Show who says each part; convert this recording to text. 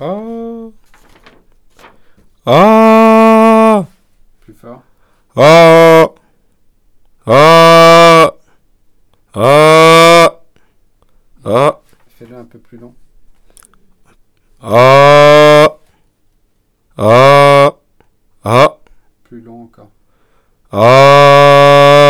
Speaker 1: Oh. Oh.
Speaker 2: Plus fort.
Speaker 1: Oh. Oh. Oh. Oh.
Speaker 2: Fais-le un peu plus long.
Speaker 1: Oh. Oh. Oh.
Speaker 2: Plus long encore.
Speaker 1: Oh.